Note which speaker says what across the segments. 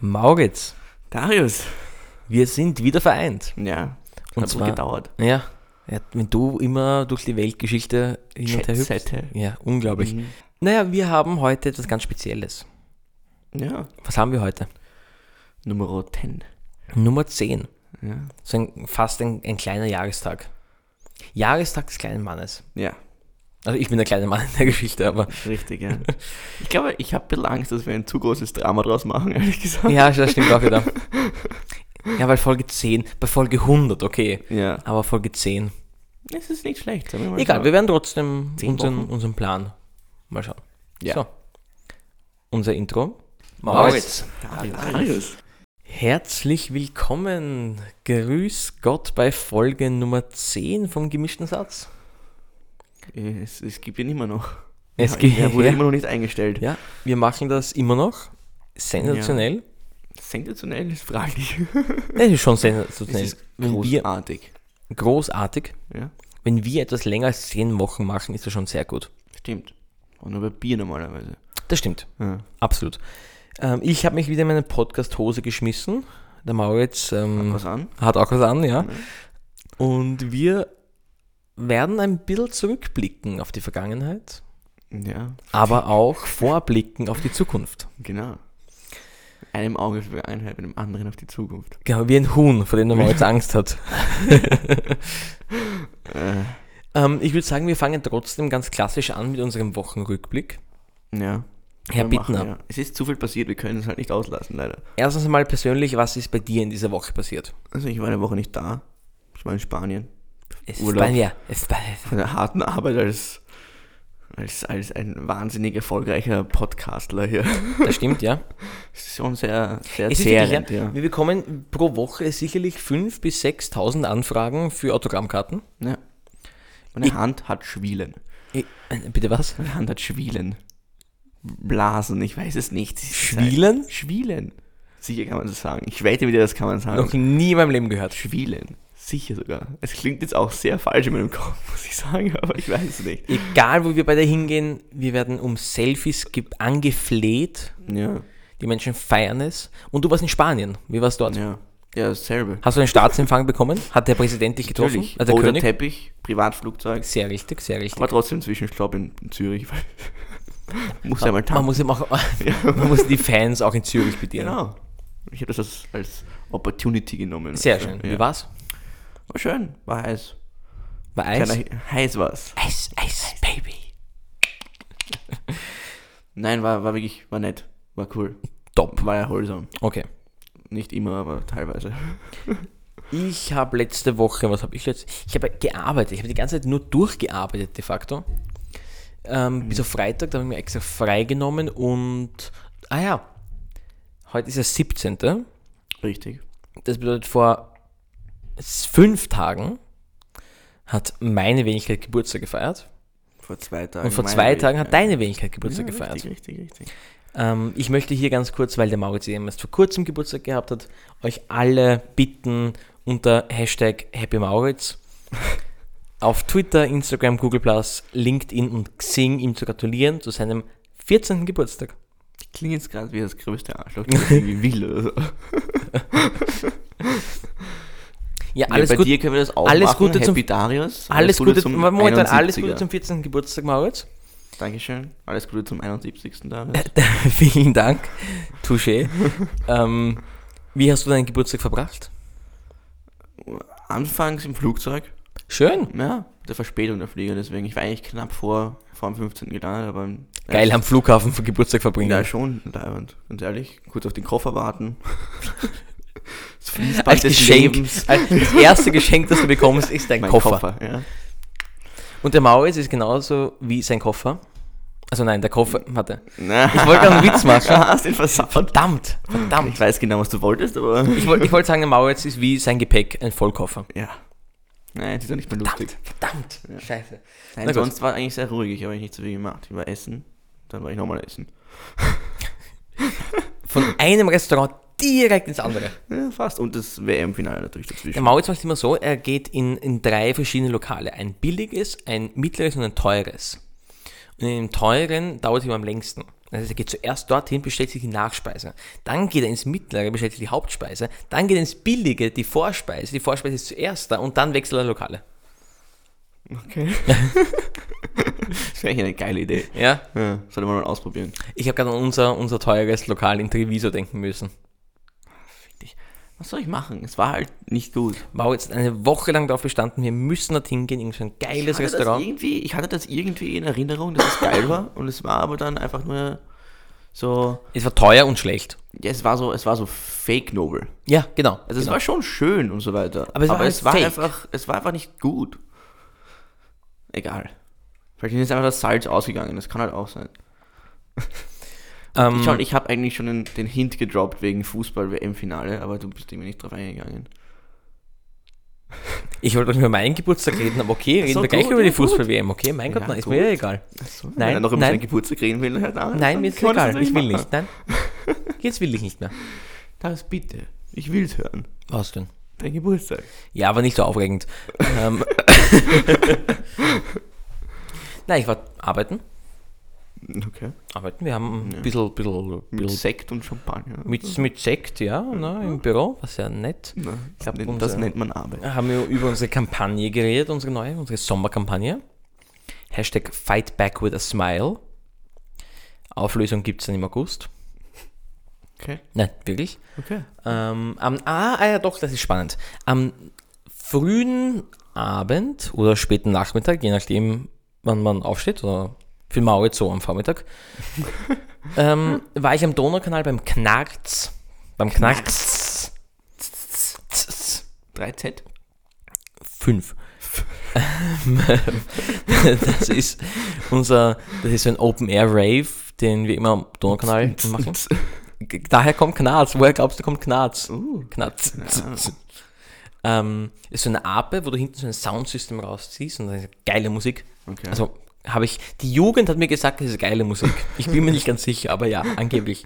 Speaker 1: Mauritz,
Speaker 2: Darius.
Speaker 1: wir sind wieder vereint.
Speaker 2: Ja.
Speaker 1: Und
Speaker 2: hat so
Speaker 1: zwar-
Speaker 2: gedauert.
Speaker 1: Ja, ja, wenn du immer durch die Weltgeschichte hin und her hüpfst.
Speaker 2: Jet-Sette.
Speaker 1: Ja, unglaublich.
Speaker 2: Mhm.
Speaker 1: Naja, wir haben heute etwas ganz Spezielles.
Speaker 2: Ja.
Speaker 1: Was haben wir heute?
Speaker 2: Nummer 10.
Speaker 1: Nummer 10.
Speaker 2: Ja.
Speaker 1: So ein, fast ein, ein kleiner Jahrestag. Jahrestag des kleinen Mannes.
Speaker 2: ja,
Speaker 1: Also ich bin der kleine Mann in der Geschichte, aber
Speaker 2: richtig, ja. ich glaube, ich habe ein bisschen Angst, dass wir ein zu großes Drama draus machen, ehrlich gesagt.
Speaker 1: ja, das stimmt auch wieder. Ja, bei Folge 10, bei Folge 100, okay.
Speaker 2: Ja.
Speaker 1: Aber Folge 10.
Speaker 2: Es ist nicht schlecht, sagen wir mal.
Speaker 1: Egal,
Speaker 2: so.
Speaker 1: wir werden trotzdem
Speaker 2: Zehn
Speaker 1: unseren, unseren Plan mal schauen.
Speaker 2: Ja.
Speaker 1: So. Unser Intro.
Speaker 2: Moritz.
Speaker 1: Moritz.
Speaker 2: Darius.
Speaker 1: Herzlich willkommen. Grüß Gott bei Folge Nummer 10 vom gemischten Satz.
Speaker 2: Es, es gibt ihn immer noch.
Speaker 1: Es
Speaker 2: Ja,
Speaker 1: geht-
Speaker 2: er wurde
Speaker 1: ja.
Speaker 2: immer noch nicht eingestellt.
Speaker 1: Ja, wir machen das immer noch. Sensationell.
Speaker 2: Sensationell ist fraglich.
Speaker 1: Das ist schon
Speaker 2: Es
Speaker 1: sensationell.
Speaker 2: ist
Speaker 1: wenn wir,
Speaker 2: großartig.
Speaker 1: großartig.
Speaker 2: Ja,
Speaker 1: Wenn wir etwas länger als 10 Wochen machen, ist das schon sehr gut.
Speaker 2: stimmt. Und nur bei Bier normalerweise.
Speaker 1: Das stimmt.
Speaker 2: Ja.
Speaker 1: Absolut. Ähm, ich habe mich wieder in meine Podcast-Hose geschmissen. Der Mauritz ähm,
Speaker 2: Was an?
Speaker 1: hat auch was an, ja.
Speaker 2: Ja.
Speaker 1: Und wir werden ein bisschen zurückblicken auf die Vergangenheit,
Speaker 2: Ja,
Speaker 1: aber auch vorblicken auf die Zukunft.
Speaker 2: genau. Einem Auge auf die Einheit, mit dem anderen auf die Zukunft.
Speaker 1: Genau, wie ein Huhn, vor dem der Mauritz Angst hat.
Speaker 2: Äh,
Speaker 1: Ähm, ich würde sagen, wir fangen trotzdem ganz klassisch an mit unserem Wochenrückblick.
Speaker 2: ja.
Speaker 1: Herr
Speaker 2: Wir
Speaker 1: Bittner,
Speaker 2: machen, ja. Es ist zu viel passiert, wir können es halt nicht auslassen, leider.
Speaker 1: erstens mal persönlich, was ist bei dir in dieser Woche passiert?
Speaker 2: Also ich war eine Woche nicht da. Ich war in Spanien.
Speaker 1: Es
Speaker 2: Urlaub.
Speaker 1: bei mir. Es bei
Speaker 2: Von der harten Arbeit als, als, als ein wahnsinnig erfolgreicher Podcastler hier.
Speaker 1: Das stimmt, ja.
Speaker 2: Es ist schon sehr, sehr
Speaker 1: Es ist wirklich,
Speaker 2: zehrend,
Speaker 1: ja.
Speaker 2: ja.
Speaker 1: Wir bekommen pro Woche sicherlich 5.000 bis 6.000 Anfragen für Autogrammkarten.
Speaker 2: ja. Meine Hand hat Schwielen.
Speaker 1: Äh, Bitte was?
Speaker 2: Meine Hand hat Schwielen. Blasen, ich weiß es nicht. Es ist
Speaker 1: Schwielen?
Speaker 2: ein- Schwielen. Sicher kann man das sagen. Ich wette mit dir, das kann man sagen.
Speaker 1: Noch nie in meinem Leben gehört.
Speaker 2: Schwielen. Sicher sogar. Es klingt jetzt auch sehr falsch in meinem Kopf, muss ich sagen, aber ich weiß es nicht.
Speaker 1: Egal, wo wir beide hingehen, wir werden um Selfies ge- angefleht.
Speaker 2: Ja.
Speaker 1: Die Menschen feiern es. Und du warst in Spanien. Wie warst du dort?
Speaker 2: Ja. Ja, dasselbe.
Speaker 1: Hast du einen Staatsempfang bekommen? Hat der Präsident dich getroffen?
Speaker 2: Natürlich.
Speaker 1: Also der
Speaker 2: Roter
Speaker 1: König?
Speaker 2: Teppich, Privatflugzeug.
Speaker 1: Sehr richtig, sehr richtig.
Speaker 2: Aber trotzdem Zwischenstopp in in Zürich. weil- muss ja mal
Speaker 1: Man
Speaker 2: tanken.
Speaker 1: muss, eben auch, man muss die Fans auch in Zürich bedienen.
Speaker 2: Genau. Ich habe das als, als Opportunity genommen. Also,
Speaker 1: Sehr schön. Wie
Speaker 2: Ja.
Speaker 1: war's?
Speaker 2: War schön. War heiß.
Speaker 1: War Eis?
Speaker 2: Kleiner, heiß war's.
Speaker 1: Eis, Eis, Baby.
Speaker 2: Nein, war, war wirklich, war nett. War cool.
Speaker 1: Top.
Speaker 2: War erholsam.
Speaker 1: Okay.
Speaker 2: Nicht immer, aber teilweise.
Speaker 1: Ich habe letzte Woche, was habe ich jetzt? Ich habe gearbeitet. Ich habe die ganze Zeit nur durchgearbeitet, de facto.
Speaker 2: Mhm.
Speaker 1: Ähm, Bis auf Freitag, da habe ich mir extra freigenommen und. Ah ja, heute ist der 17.
Speaker 2: Richtig.
Speaker 1: Das bedeutet, vor s- fünf Tagen hat meine Wenigkeit Geburtstag gefeiert
Speaker 2: Vor zwei Tagen.
Speaker 1: und vor
Speaker 2: meine
Speaker 1: zwei
Speaker 2: Welt,
Speaker 1: Tagen
Speaker 2: ja.
Speaker 1: hat deine Wenigkeit
Speaker 2: ja,
Speaker 1: Geburtstag gefeiert.
Speaker 2: Richtig, richtig, richtig.
Speaker 1: Ähm, ich möchte hier ganz kurz, weil der Mauritz eben erst vor kurzem Geburtstag gehabt hat, euch alle bitten, unter Hashtag Happy Mauritz auf Twitter, Instagram, Google+, LinkedIn und Xing ihm zu gratulieren zu seinem 14. Geburtstag.
Speaker 2: Klingt jetzt gerade wie das größte Arschloch, das irgendwie will oder so.
Speaker 1: Ja,
Speaker 2: Ja,
Speaker 1: alles
Speaker 2: bei
Speaker 1: gut.
Speaker 2: dir können wir das auch
Speaker 1: Alles
Speaker 2: machen.
Speaker 1: Gute zum-
Speaker 2: Happy Darius.
Speaker 1: Alles Gute,
Speaker 2: zum
Speaker 1: Moment, alles
Speaker 2: 71er.
Speaker 1: Gute zum 14. Geburtstag, Mauritz.
Speaker 2: Dankeschön. Alles Gute zum 71. Darius.
Speaker 1: Vielen Dank. Touché. ähm, wie hast du deinen Geburtstag verbracht? Äh.
Speaker 2: Anfangs im Flugzeug.
Speaker 1: Schön.
Speaker 2: Ja, der Verspätung der Flieger, deswegen. Ich war eigentlich knapp vor, vor dem 15. gelandet, aber.
Speaker 1: Geil, am Flughafen für Geburtstag verbringen.
Speaker 2: Ja, schon, leibend. Ganz ehrlich, kurz auf den Koffer warten. Das Fließband
Speaker 1: Als
Speaker 2: des
Speaker 1: Geschenk.
Speaker 2: Lebens.
Speaker 1: Als, das erste Geschenk, das du bekommst, ist dein
Speaker 2: Mein
Speaker 1: Koffer.
Speaker 2: ja.
Speaker 1: Und der Mauritz ist genauso wie sein Koffer. Also nein, der Koffer. Warte.
Speaker 2: Na,
Speaker 1: Ich wollte einen Witz machen.
Speaker 2: ja, hast ihn versappert.
Speaker 1: Verdammt, verdammt.
Speaker 2: Ich weiß genau, was du wolltest, aber.
Speaker 1: Ich wollte ich wollte sagen, der Mauritz ist wie sein Gepäck, ein Vollkoffer.
Speaker 2: Ja. Nein, das ist ja nicht mehr lustig.
Speaker 1: Verdammt, verdammt. Scheiße.
Speaker 2: Nein,
Speaker 1: Na gut.
Speaker 2: sonst war eigentlich sehr ruhig, ich habe eigentlich nicht so viel gemacht. Ich war essen, dann war ich nochmal essen.
Speaker 1: Von einem Restaurant direkt ins andere.
Speaker 2: Ja, fast. Und das WM-Finale natürlich
Speaker 1: Der
Speaker 2: dazwischen.
Speaker 1: Mauritz macht immer so, er geht in, in drei verschiedene Lokale. Ein billiges, ein mittleres und ein teures. Und in dem teuren dauert es ihm am längsten. Also er geht zuerst dorthin, bestellt sich die Nachspeise. Dann geht er ins Mittlere, bestellt sich die Hauptspeise. Dann geht er ins Billige, die Vorspeise. Die Vorspeise ist zuerst da und dann wechselt er Lokale.
Speaker 2: Okay. das wäre eigentlich eine geile Idee.
Speaker 1: Ja?
Speaker 2: Ja, sollte man mal ausprobieren.
Speaker 1: Ich habe gerade an unser, unser teures Lokal in Treviso denken müssen.
Speaker 2: Was soll ich machen? Es war halt nicht gut.
Speaker 1: Wow, jetzt eine Woche lang darauf bestanden, wir müssen dorthin gehen, irgend so ein geiles
Speaker 2: ich hatte Das
Speaker 1: Restaurant.
Speaker 2: irgendwie, ich hatte das irgendwie in Erinnerung, dass es geil war. Und es war aber dann einfach nur so.
Speaker 1: Es war teuer und schlecht.
Speaker 2: Ja, es war so, es war so fake nobel.
Speaker 1: Ja, genau.
Speaker 2: Also es
Speaker 1: genau.
Speaker 2: war schon schön und so weiter.
Speaker 1: Aber es war halt fake.
Speaker 2: einfach, es war einfach nicht gut. Egal. Vielleicht ist jetzt einfach das Salz ausgegangen, das kann halt auch sein.
Speaker 1: ähm,
Speaker 2: Ich, schau, ich habe eigentlich schon den, den Hint gedroppt wegen Fußball-WM-Finale, aber du bist irgendwie nicht drauf eingegangen.
Speaker 1: Ich wollte euch über meinen Geburtstag reden, aber okay, reden
Speaker 2: so,
Speaker 1: wir gleich
Speaker 2: gut,
Speaker 1: über
Speaker 2: ja,
Speaker 1: die
Speaker 2: gut.
Speaker 1: Fußball-WM, okay? Mein Gott,
Speaker 2: Ja,
Speaker 1: nein, ist
Speaker 2: gut.
Speaker 1: mir ja egal.
Speaker 2: Achso,
Speaker 1: Nein,
Speaker 2: wenn er noch über
Speaker 1: nein.
Speaker 2: seinen Geburtstag reden will, dann, dann
Speaker 1: Nein, mir ist
Speaker 2: kann man das
Speaker 1: egal, ich will
Speaker 2: machen.
Speaker 1: nicht, nein. Jetzt will ich nicht mehr.
Speaker 2: Das bitte. Ich will's hören.
Speaker 1: Was denn?
Speaker 2: Dein Geburtstag.
Speaker 1: Ja, aber nicht so aufregend. ähm. nein, ich war arbeiten,
Speaker 2: Okay.
Speaker 1: arbeiten, wir haben
Speaker 2: Ja.
Speaker 1: ein bisschen, bisschen,
Speaker 2: Mit
Speaker 1: bisschen
Speaker 2: Sekt und Champagner.
Speaker 1: mit, mit Sekt, ja, ne, im Büro, was ja nett.
Speaker 2: Na, das,
Speaker 1: glaub,
Speaker 2: nennt, das
Speaker 1: unser-
Speaker 2: nennt man Arbeit.
Speaker 1: haben wir über unsere Kampagne geredet, unsere neue, unsere Sommerkampagne. Hashtag Fight Back with a Smile. Auflösung gibt es dann im August.
Speaker 2: Okay.
Speaker 1: Nein, wirklich.
Speaker 2: Okay.
Speaker 1: Ähm, am, ah, ah ja, doch, das ist spannend. Am frühen Abend oder späten Nachmittag, je nachdem, wann man aufsteht, oder für Mauritz so am Vormittag, ähm, war ich am Donaukanal beim Knarz. Beim Knarz.
Speaker 2: 3Z.
Speaker 1: Fünf. das ist unser, das ist so ein Open Air Rave, den wir immer am Donaukanal machen. Daher kommt Knarz. Woher glaubst du, kommt Knarz?
Speaker 2: Uh.
Speaker 1: Knarz.
Speaker 2: Ja.
Speaker 1: Ähm, ist so eine Ape, wo du hinten so ein Soundsystem rausziehst und dann ist geile Musik.
Speaker 2: Okay.
Speaker 1: Also habe ich, die Jugend hat mir gesagt, das ist geile Musik. Ich bin mir nicht ganz sicher, aber ja, angeblich.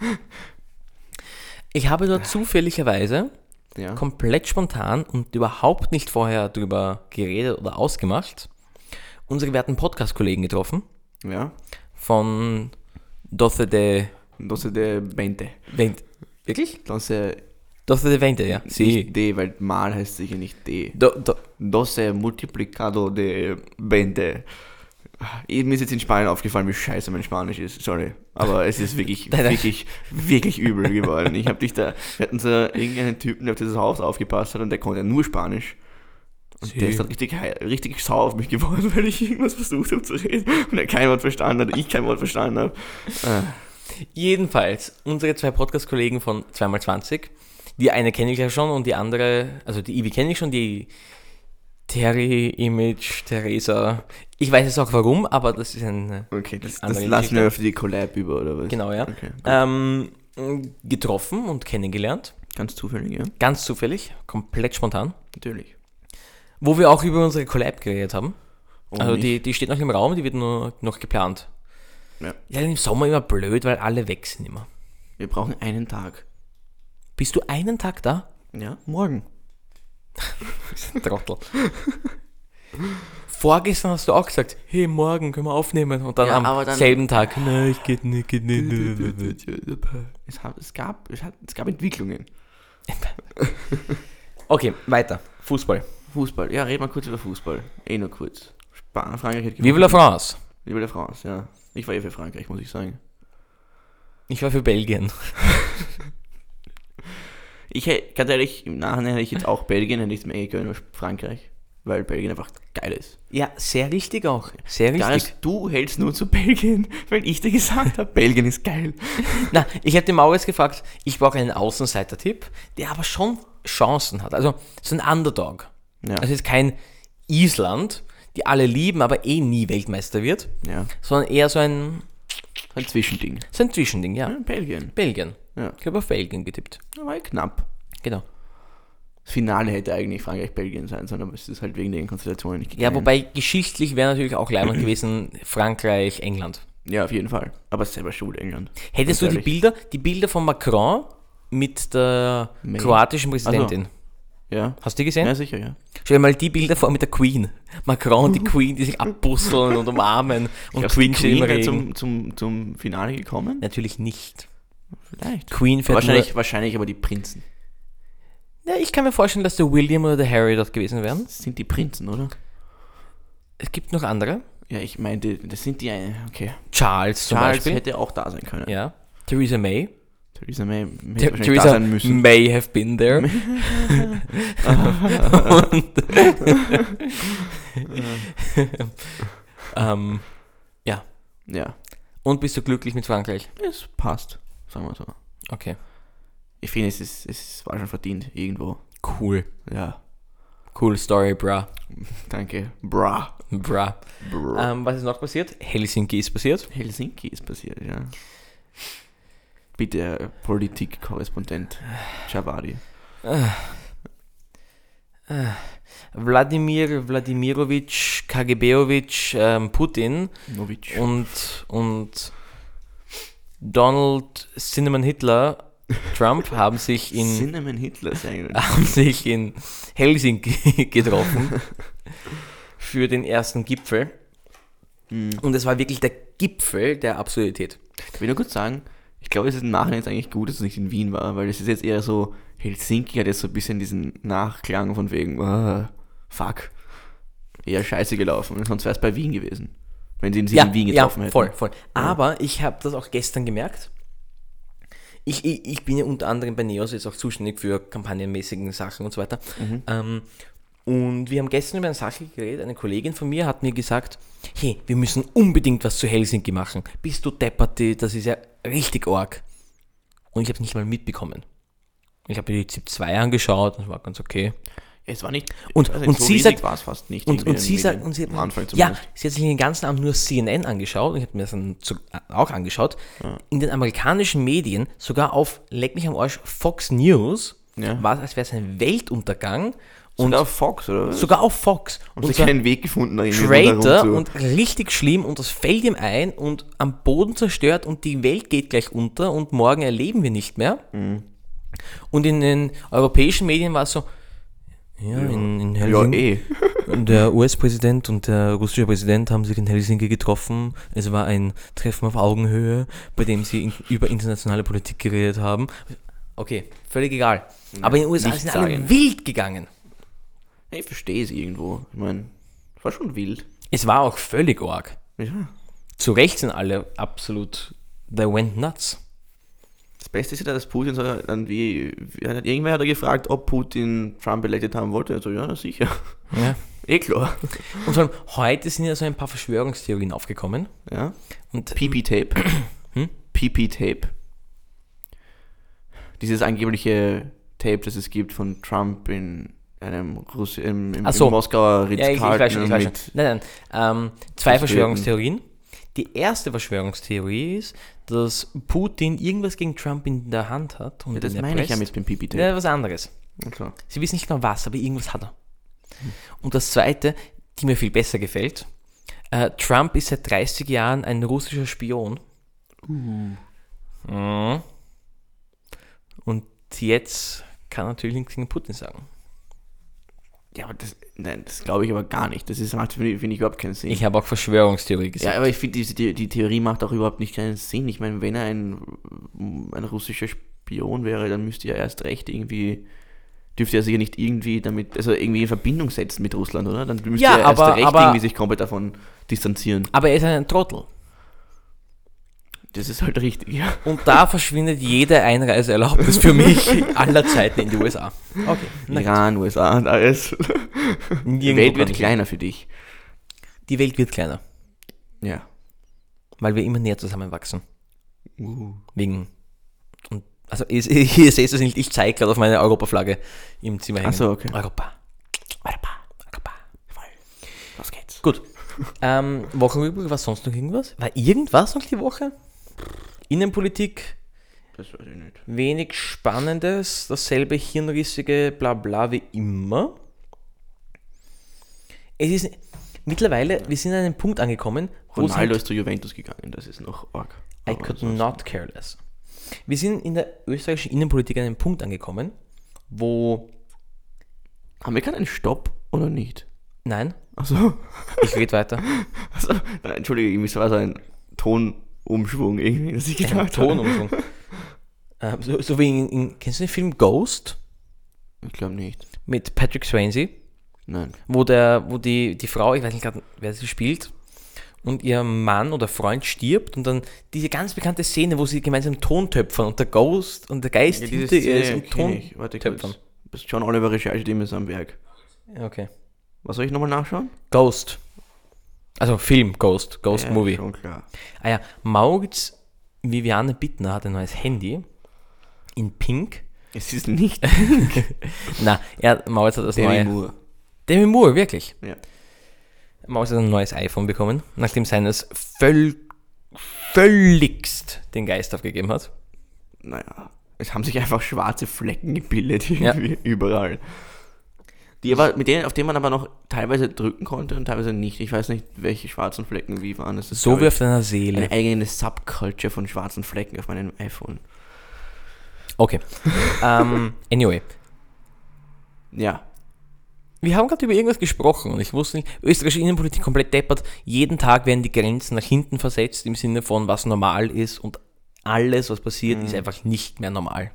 Speaker 1: Ich habe dort zufälligerweise
Speaker 2: ja.
Speaker 1: komplett spontan und überhaupt nicht vorher drüber geredet oder ausgemacht, unsere werten Podcast-Kollegen getroffen
Speaker 2: Ja.
Speaker 1: von 12 de
Speaker 2: Entonces de 20.
Speaker 1: Vente. Wirklich?
Speaker 2: Entonces,
Speaker 1: 12 de Vente, ja.
Speaker 2: nicht D, weil mal heißt sicher nicht D.
Speaker 1: Do, do,
Speaker 2: 12 multiplicado de 20. Mir ist jetzt in Spanien aufgefallen, wie scheiße mein Spanisch ist. Sorry. Aber es ist wirklich,
Speaker 1: Nein, nein.
Speaker 2: wirklich, wirklich übel geworden. Ich habe dich da, wir hatten so irgendeinen Typen, der auf dieses Haus aufgepasst hat und der konnte nur Spanisch. Und
Speaker 1: Sie-
Speaker 2: der ist dann richtig, hei- richtig sauer auf mich geworden, weil ich irgendwas versucht habe zu reden und er kein Wort verstanden hat, ich kein Wort verstanden Ah, habe.
Speaker 1: Jedenfalls, unsere zwei Podcast-Kollegen von 2x20, die eine kenne ich ja schon und die andere, also die Ivi kenne ich schon, die Terry, Image, Theresa. Ich weiß jetzt auch warum, aber das ist eine
Speaker 2: Okay, das, das
Speaker 1: Andere
Speaker 2: lassen wir
Speaker 1: Geschichte.
Speaker 2: auf die Collab über, oder was?
Speaker 1: Genau, ja.
Speaker 2: Okay, gut.
Speaker 1: Ähm, getroffen und kennengelernt.
Speaker 2: Ganz zufällig, ja.
Speaker 1: Ganz zufällig, komplett spontan.
Speaker 2: Natürlich.
Speaker 1: Wo wir auch über unsere Collab geredet haben.
Speaker 2: Und
Speaker 1: also
Speaker 2: ich-
Speaker 1: die, die steht noch im Raum, die wird nur noch geplant.
Speaker 2: Ja.
Speaker 1: Ja, im Sommer immer blöd, weil alle weg sind immer.
Speaker 2: Wir brauchen einen Tag.
Speaker 1: Bist du einen Tag da?
Speaker 2: Ja, morgen.
Speaker 1: Trottel. Vorgestern hast du auch gesagt, hey, morgen können wir aufnehmen. Und dann
Speaker 2: Ja, aber
Speaker 1: am
Speaker 2: dann-
Speaker 1: selben Tag, nein, ich geht nicht, geht nicht.
Speaker 2: Es, hat, es, gab, es, hat, es gab Entwicklungen.
Speaker 1: Okay, weiter. Fußball.
Speaker 2: Fußball. Ja, reden wir kurz über Fußball. Eh nur kurz. Spanien, Frankreich hat
Speaker 1: Vive la France.
Speaker 2: Vive la France, ja. Ich war eh für Frankreich, muss ich sagen.
Speaker 1: Ich war für Belgien.
Speaker 2: Ich hätte, ganz ehrlich, im Nachhinein hätte ich jetzt auch Belgien, hätte ich es mir eh gönnen, aber Frankreich. Weil Belgien einfach geil ist.
Speaker 1: Ja, sehr richtig auch. Sehr richtig.
Speaker 2: Darius, du hältst nur zu Belgien, weil ich dir gesagt habe, Belgien ist geil.
Speaker 1: Na, ich habe den Maurits gefragt, ich brauche einen Außenseiter-Tipp, der aber schon Chancen hat. Also so ein Underdog.
Speaker 2: Ja.
Speaker 1: Also jetzt kein Island, die alle lieben, aber eh nie Weltmeister wird,
Speaker 2: ja.
Speaker 1: sondern eher so ein,
Speaker 2: Ein Zwischending.
Speaker 1: so ein Zwischending, ja.
Speaker 2: Ja, Belgien.
Speaker 1: Belgien.
Speaker 2: Ja.
Speaker 1: Ich habe auf Belgien getippt.
Speaker 2: Da war ja knapp.
Speaker 1: Genau.
Speaker 2: Das Finale hätte eigentlich Frankreich-Belgien sein sollen, aber es ist halt wegen den Konstellationen nicht
Speaker 1: Ja,
Speaker 2: gegangen.
Speaker 1: wobei geschichtlich wäre natürlich auch leibend gewesen Frankreich, England.
Speaker 2: Ja, auf jeden Fall. Aber selber schuld, England.
Speaker 1: Hättest du die
Speaker 2: Ganz ehrlich.
Speaker 1: Bilder, die Bilder von Macron mit der
Speaker 2: May.
Speaker 1: kroatischen Präsidentin.
Speaker 2: Ja.
Speaker 1: Hast du die gesehen?
Speaker 2: Also, Ja, sicher, ja.
Speaker 1: Stell dir mal die Bilder vor mit der Queen. Macron und die Queen, die sich abbusseln und umarmen und
Speaker 2: Glaubst du,
Speaker 1: Queen
Speaker 2: die
Speaker 1: steht im
Speaker 2: wäre
Speaker 1: Regen.
Speaker 2: zum, zum, zum Finale gekommen?
Speaker 1: Natürlich nicht.
Speaker 2: Vielleicht.
Speaker 1: Queen fährt
Speaker 2: Wahrscheinlich, wahrscheinlich aber die Prinzen.
Speaker 1: Nur, ja, ich kann mir vorstellen, dass der William oder der Harry dort gewesen wären.
Speaker 2: Das sind die Prinzen, oder?
Speaker 1: Es gibt noch andere.
Speaker 2: Ja, ich meinte, das sind die eine. Okay.
Speaker 1: Charles zum
Speaker 2: Charles
Speaker 1: Beispiel.
Speaker 2: hätte auch da sein können.
Speaker 1: Ja. Theresa May.
Speaker 2: Theresa May hätte
Speaker 1: Ther-
Speaker 2: wahrscheinlich da
Speaker 1: Theresa
Speaker 2: sein müssen.
Speaker 1: May have been there. und ähm,
Speaker 2: ja,
Speaker 1: und bist du glücklich mit Frankreich?
Speaker 2: es passt, sagen wir so.
Speaker 1: Okay.
Speaker 2: Ich finde, es, ist, es war schon verdient, irgendwo.
Speaker 1: Cool.
Speaker 2: Ja,
Speaker 1: Cool Story, bra.
Speaker 2: danke. Bra.
Speaker 1: Bra.
Speaker 2: Bra.
Speaker 1: Ähm, was ist noch passiert? Helsinki ist passiert.
Speaker 2: Helsinki ist passiert, ja. Bitte, äh, Politikkorrespondent Chavadi.
Speaker 1: Äh. Wladimir Wladimirovich KGBovic ähm, Putin
Speaker 2: Novic.
Speaker 1: und, und Donald Cinnamon Hitler Trump haben sich in
Speaker 2: Cinnamon Hitler sein.
Speaker 1: haben sich in Helsinki getroffen für den ersten Gipfel.
Speaker 2: Hm.
Speaker 1: Und es war wirklich der Gipfel der Absurdität.
Speaker 2: Ich will nur kurz sagen, ich glaube, es ist im Nachhinein jetzt eigentlich gut, dass es nicht in Wien war, weil es ist jetzt eher so, Helsinki hat jetzt so ein bisschen diesen Nachklang von wegen, ah, fuck, eher scheiße gelaufen. Sonst wäre es bei Wien gewesen, wenn sie ihn in Wien getroffen hätten.
Speaker 1: voll, voll. Aber ich habe das auch gestern gemerkt. Ich, ich, ich bin ja unter anderem bei Neos jetzt auch zuständig für kampagnenmäßigen Sachen und so weiter.
Speaker 2: Mhm.
Speaker 1: Ähm, und wir haben gestern über eine Sache geredet. Eine Kollegin von mir hat mir gesagt, hey, wir müssen unbedingt was zu Helsinki machen. Bist du deppert, die- das ist ja richtig arg. Und ich habe es nicht mal mitbekommen. Ich habe mir die ZIP 2 angeschaut, das war ganz okay.
Speaker 2: Es war nicht,
Speaker 1: Und-
Speaker 2: ich weiß
Speaker 1: und sie
Speaker 2: riesig
Speaker 1: sagt-
Speaker 2: war es fast nicht.
Speaker 1: Und,
Speaker 2: irgendwie
Speaker 1: und
Speaker 2: in
Speaker 1: sie
Speaker 2: den
Speaker 1: sagt,
Speaker 2: Medien.
Speaker 1: und sie,
Speaker 2: am Anfang
Speaker 1: ja,
Speaker 2: zumindest.
Speaker 1: sie hat sich den ganzen Abend nur CNN angeschaut, und ich habe mir das dann zu, äh, auch angeschaut, in den amerikanischen Medien, sogar auf, leck mich am Arsch, Fox News,
Speaker 2: Ja.
Speaker 1: war es, als wäre es ein Weltuntergang, und
Speaker 2: Und
Speaker 1: sogar
Speaker 2: auf
Speaker 1: auf,
Speaker 2: Fox, oder? was?
Speaker 1: Fox,
Speaker 2: Und sie
Speaker 1: so
Speaker 2: keinen Weg gefunden, da irgendwie
Speaker 1: Traitor
Speaker 2: rundherum
Speaker 1: und richtig schlimm, und das fällt ihm ein, und am Boden zerstört, und die Welt geht gleich unter, und morgen erleben wir nicht mehr.
Speaker 2: Mhm.
Speaker 1: Und in den europäischen Medien war es so, ja, in, in
Speaker 2: Ja,
Speaker 1: Helsinki.
Speaker 2: eh.
Speaker 1: Der US-Präsident und der russische Präsident haben sich in Helsinki getroffen. Es war ein Treffen auf Augenhöhe, bei dem sie in, über internationale Politik geredet haben. Okay, völlig egal. Aber in den USA
Speaker 2: nichts
Speaker 1: sind alle
Speaker 2: sagen.
Speaker 1: wild gegangen.
Speaker 2: Ich verstehe es irgendwo. Ich meine, es war schon wild.
Speaker 1: Es war auch völlig arg.
Speaker 2: Ja.
Speaker 1: Zu Recht sind alle absolut, they went nuts.
Speaker 2: Das Beste ist ja, dass Putin so dann wie, wie hat, irgendwer hat er gefragt, ob Putin Trump elected haben wollte. Also ja, sicher.
Speaker 1: Ja.
Speaker 2: Eh klar.
Speaker 1: Und vor allem, heute sind ja so ein paar Verschwörungstheorien aufgekommen.
Speaker 2: Ja.
Speaker 1: Und
Speaker 2: PP-Tape.
Speaker 1: Hm?
Speaker 2: PP-Tape. Dieses angebliche Tape, das es gibt von Trump in einem Russi im, im,
Speaker 1: Ach so.
Speaker 2: im Moskauer
Speaker 1: Ja, ich, ich weiß schon, ich weiß schon.
Speaker 2: mit-
Speaker 1: Nein, nein. Ähm, zwei
Speaker 2: Verschwörten.
Speaker 1: Verschwörungstheorien. Die erste Verschwörungstheorie ist, dass Putin irgendwas gegen Trump in der Hand hat. Und
Speaker 2: Ja, das
Speaker 1: ihn
Speaker 2: meine ich ja
Speaker 1: erpresst.
Speaker 2: mit dem PP-Tape.
Speaker 1: Ja, was anderes.
Speaker 2: Okay.
Speaker 1: Sie wissen nicht mal was, aber irgendwas hat er.
Speaker 2: Hm.
Speaker 1: Und das zweite, die mir viel besser gefällt, äh, Trump ist seit 30 Jahren ein russischer Spion.
Speaker 2: Uh.
Speaker 1: Mhm. Und jetzt kann er natürlich nichts gegen Putin sagen.
Speaker 2: Ja, aber das, nein, das glaube ich aber gar nicht. Das ist, macht, finde ich, finde ich, überhaupt keinen Sinn.
Speaker 1: Ich habe auch Verschwörungstheorie gesagt.
Speaker 2: ja, aber ich finde, diese- die, die Theorie macht auch überhaupt nicht keinen Sinn. Ich meine, wenn er ein, ein russischer Spion wäre, dann müsste er erst recht irgendwie, dürfte er sich ja nicht irgendwie damit, also irgendwie in Verbindung setzen mit Russland, oder? Dann müsste
Speaker 1: Ja,
Speaker 2: er erst
Speaker 1: aber-
Speaker 2: recht
Speaker 1: aber-
Speaker 2: irgendwie sich komplett davon distanzieren.
Speaker 1: aber er ist ein Trottel.
Speaker 2: Das ist halt richtig, ja.
Speaker 1: Und da verschwindet jede Einreiseerlaubnis für mich aller Zeiten in die USA. Okay.
Speaker 2: Iran, USA und alles. Die Welt wird kleiner für dich.
Speaker 1: Die Welt wird kleiner,
Speaker 2: Ja.
Speaker 1: weil wir immer näher zusammenwachsen.
Speaker 2: Uh.
Speaker 1: Wegen. Und, also, ihr, ihr seht es nicht, ich zeige gerade auf meine Europaflagge im Zimmer hängen.
Speaker 2: Ach so, okay.
Speaker 1: Europa. Europa. Europa.
Speaker 2: Los geht's.
Speaker 1: Gut. Ähm, Wochenrückblick, war sonst noch irgendwas? War irgendwas noch die Woche? Innenpolitik,
Speaker 2: Das weiß ich nicht.
Speaker 1: wenig Spannendes, dasselbe hirnrissige Blabla wie immer. Es ist mittlerweile, wir sind an einem Punkt angekommen, wo es
Speaker 2: Ronaldo
Speaker 1: halt,
Speaker 2: ist zu Juventus gegangen, das ist noch arg.
Speaker 1: I
Speaker 2: Aber
Speaker 1: could
Speaker 2: sonst-
Speaker 1: not care less. Wir sind in der österreichischen Innenpolitik an einem Punkt angekommen, wo
Speaker 2: Haben wir gerade einen Stopp? oder nicht? Also,
Speaker 1: Nein,
Speaker 2: Achso,
Speaker 1: ich rede weiter.
Speaker 2: also, nein, entschuldige, irgendwie, es war so ein Tonumschwung irgendwie, dass ich
Speaker 1: Ja,
Speaker 2: gedacht habe.
Speaker 1: Tonumschwung. Ähm, so, so wie in, in, kennst du den Film Ghost
Speaker 2: Ich glaube nicht.
Speaker 1: mit Patrick Swayze?
Speaker 2: Nein.
Speaker 1: wo der, wo die, die Frau, ich weiß nicht gerade, wer sie spielt, und ihr Mann oder Freund stirbt und dann diese ganz bekannte Szene, wo sie gemeinsam Tontöpfern und der Ghost und der Geist hinter ihr ist und Ton.
Speaker 2: ich. Warte
Speaker 1: Töpfern.
Speaker 2: kurz. Das John Oliver Recherche, dem ist am Werk.
Speaker 1: Ja, Okay.
Speaker 2: Was soll ich nochmal nachschauen?
Speaker 1: Ghost. Also Film, Ghost, Ghost
Speaker 2: Ja,
Speaker 1: Movie.
Speaker 2: Schon klar.
Speaker 1: Ah ja, Maurits Viviane Bittner hat ein neues Handy in Pink.
Speaker 2: Es ist nicht
Speaker 1: Na, er, Maurits hat das
Speaker 2: Demi
Speaker 1: neue.
Speaker 2: Moore.
Speaker 1: Demi Moore, wirklich.
Speaker 2: Ja.
Speaker 1: Maus hat ein neues iPhone bekommen, nachdem seines völ völligst den Geist aufgegeben hat.
Speaker 2: Naja, es haben sich einfach schwarze Flecken gebildet
Speaker 1: Ja.
Speaker 2: irgendwie überall. Die aber, mit denen, auf denen man aber noch teilweise drücken konnte und teilweise nicht. Ich weiß nicht, welche schwarzen Flecken wie waren. Es ist,
Speaker 1: So
Speaker 2: glaub
Speaker 1: wie
Speaker 2: ich,
Speaker 1: auf deiner
Speaker 2: eine
Speaker 1: Seele.
Speaker 2: eigene Subculture von schwarzen Flecken auf meinem iPhone.
Speaker 1: Okay. ähm, anyway,
Speaker 2: Ja,
Speaker 1: wir haben gerade über irgendwas gesprochen und ich wusste nicht, österreichische Innenpolitik komplett deppert. Jeden Tag werden die Grenzen nach hinten versetzt im Sinne von, was normal ist und alles, was passiert, ist einfach nicht mehr normal.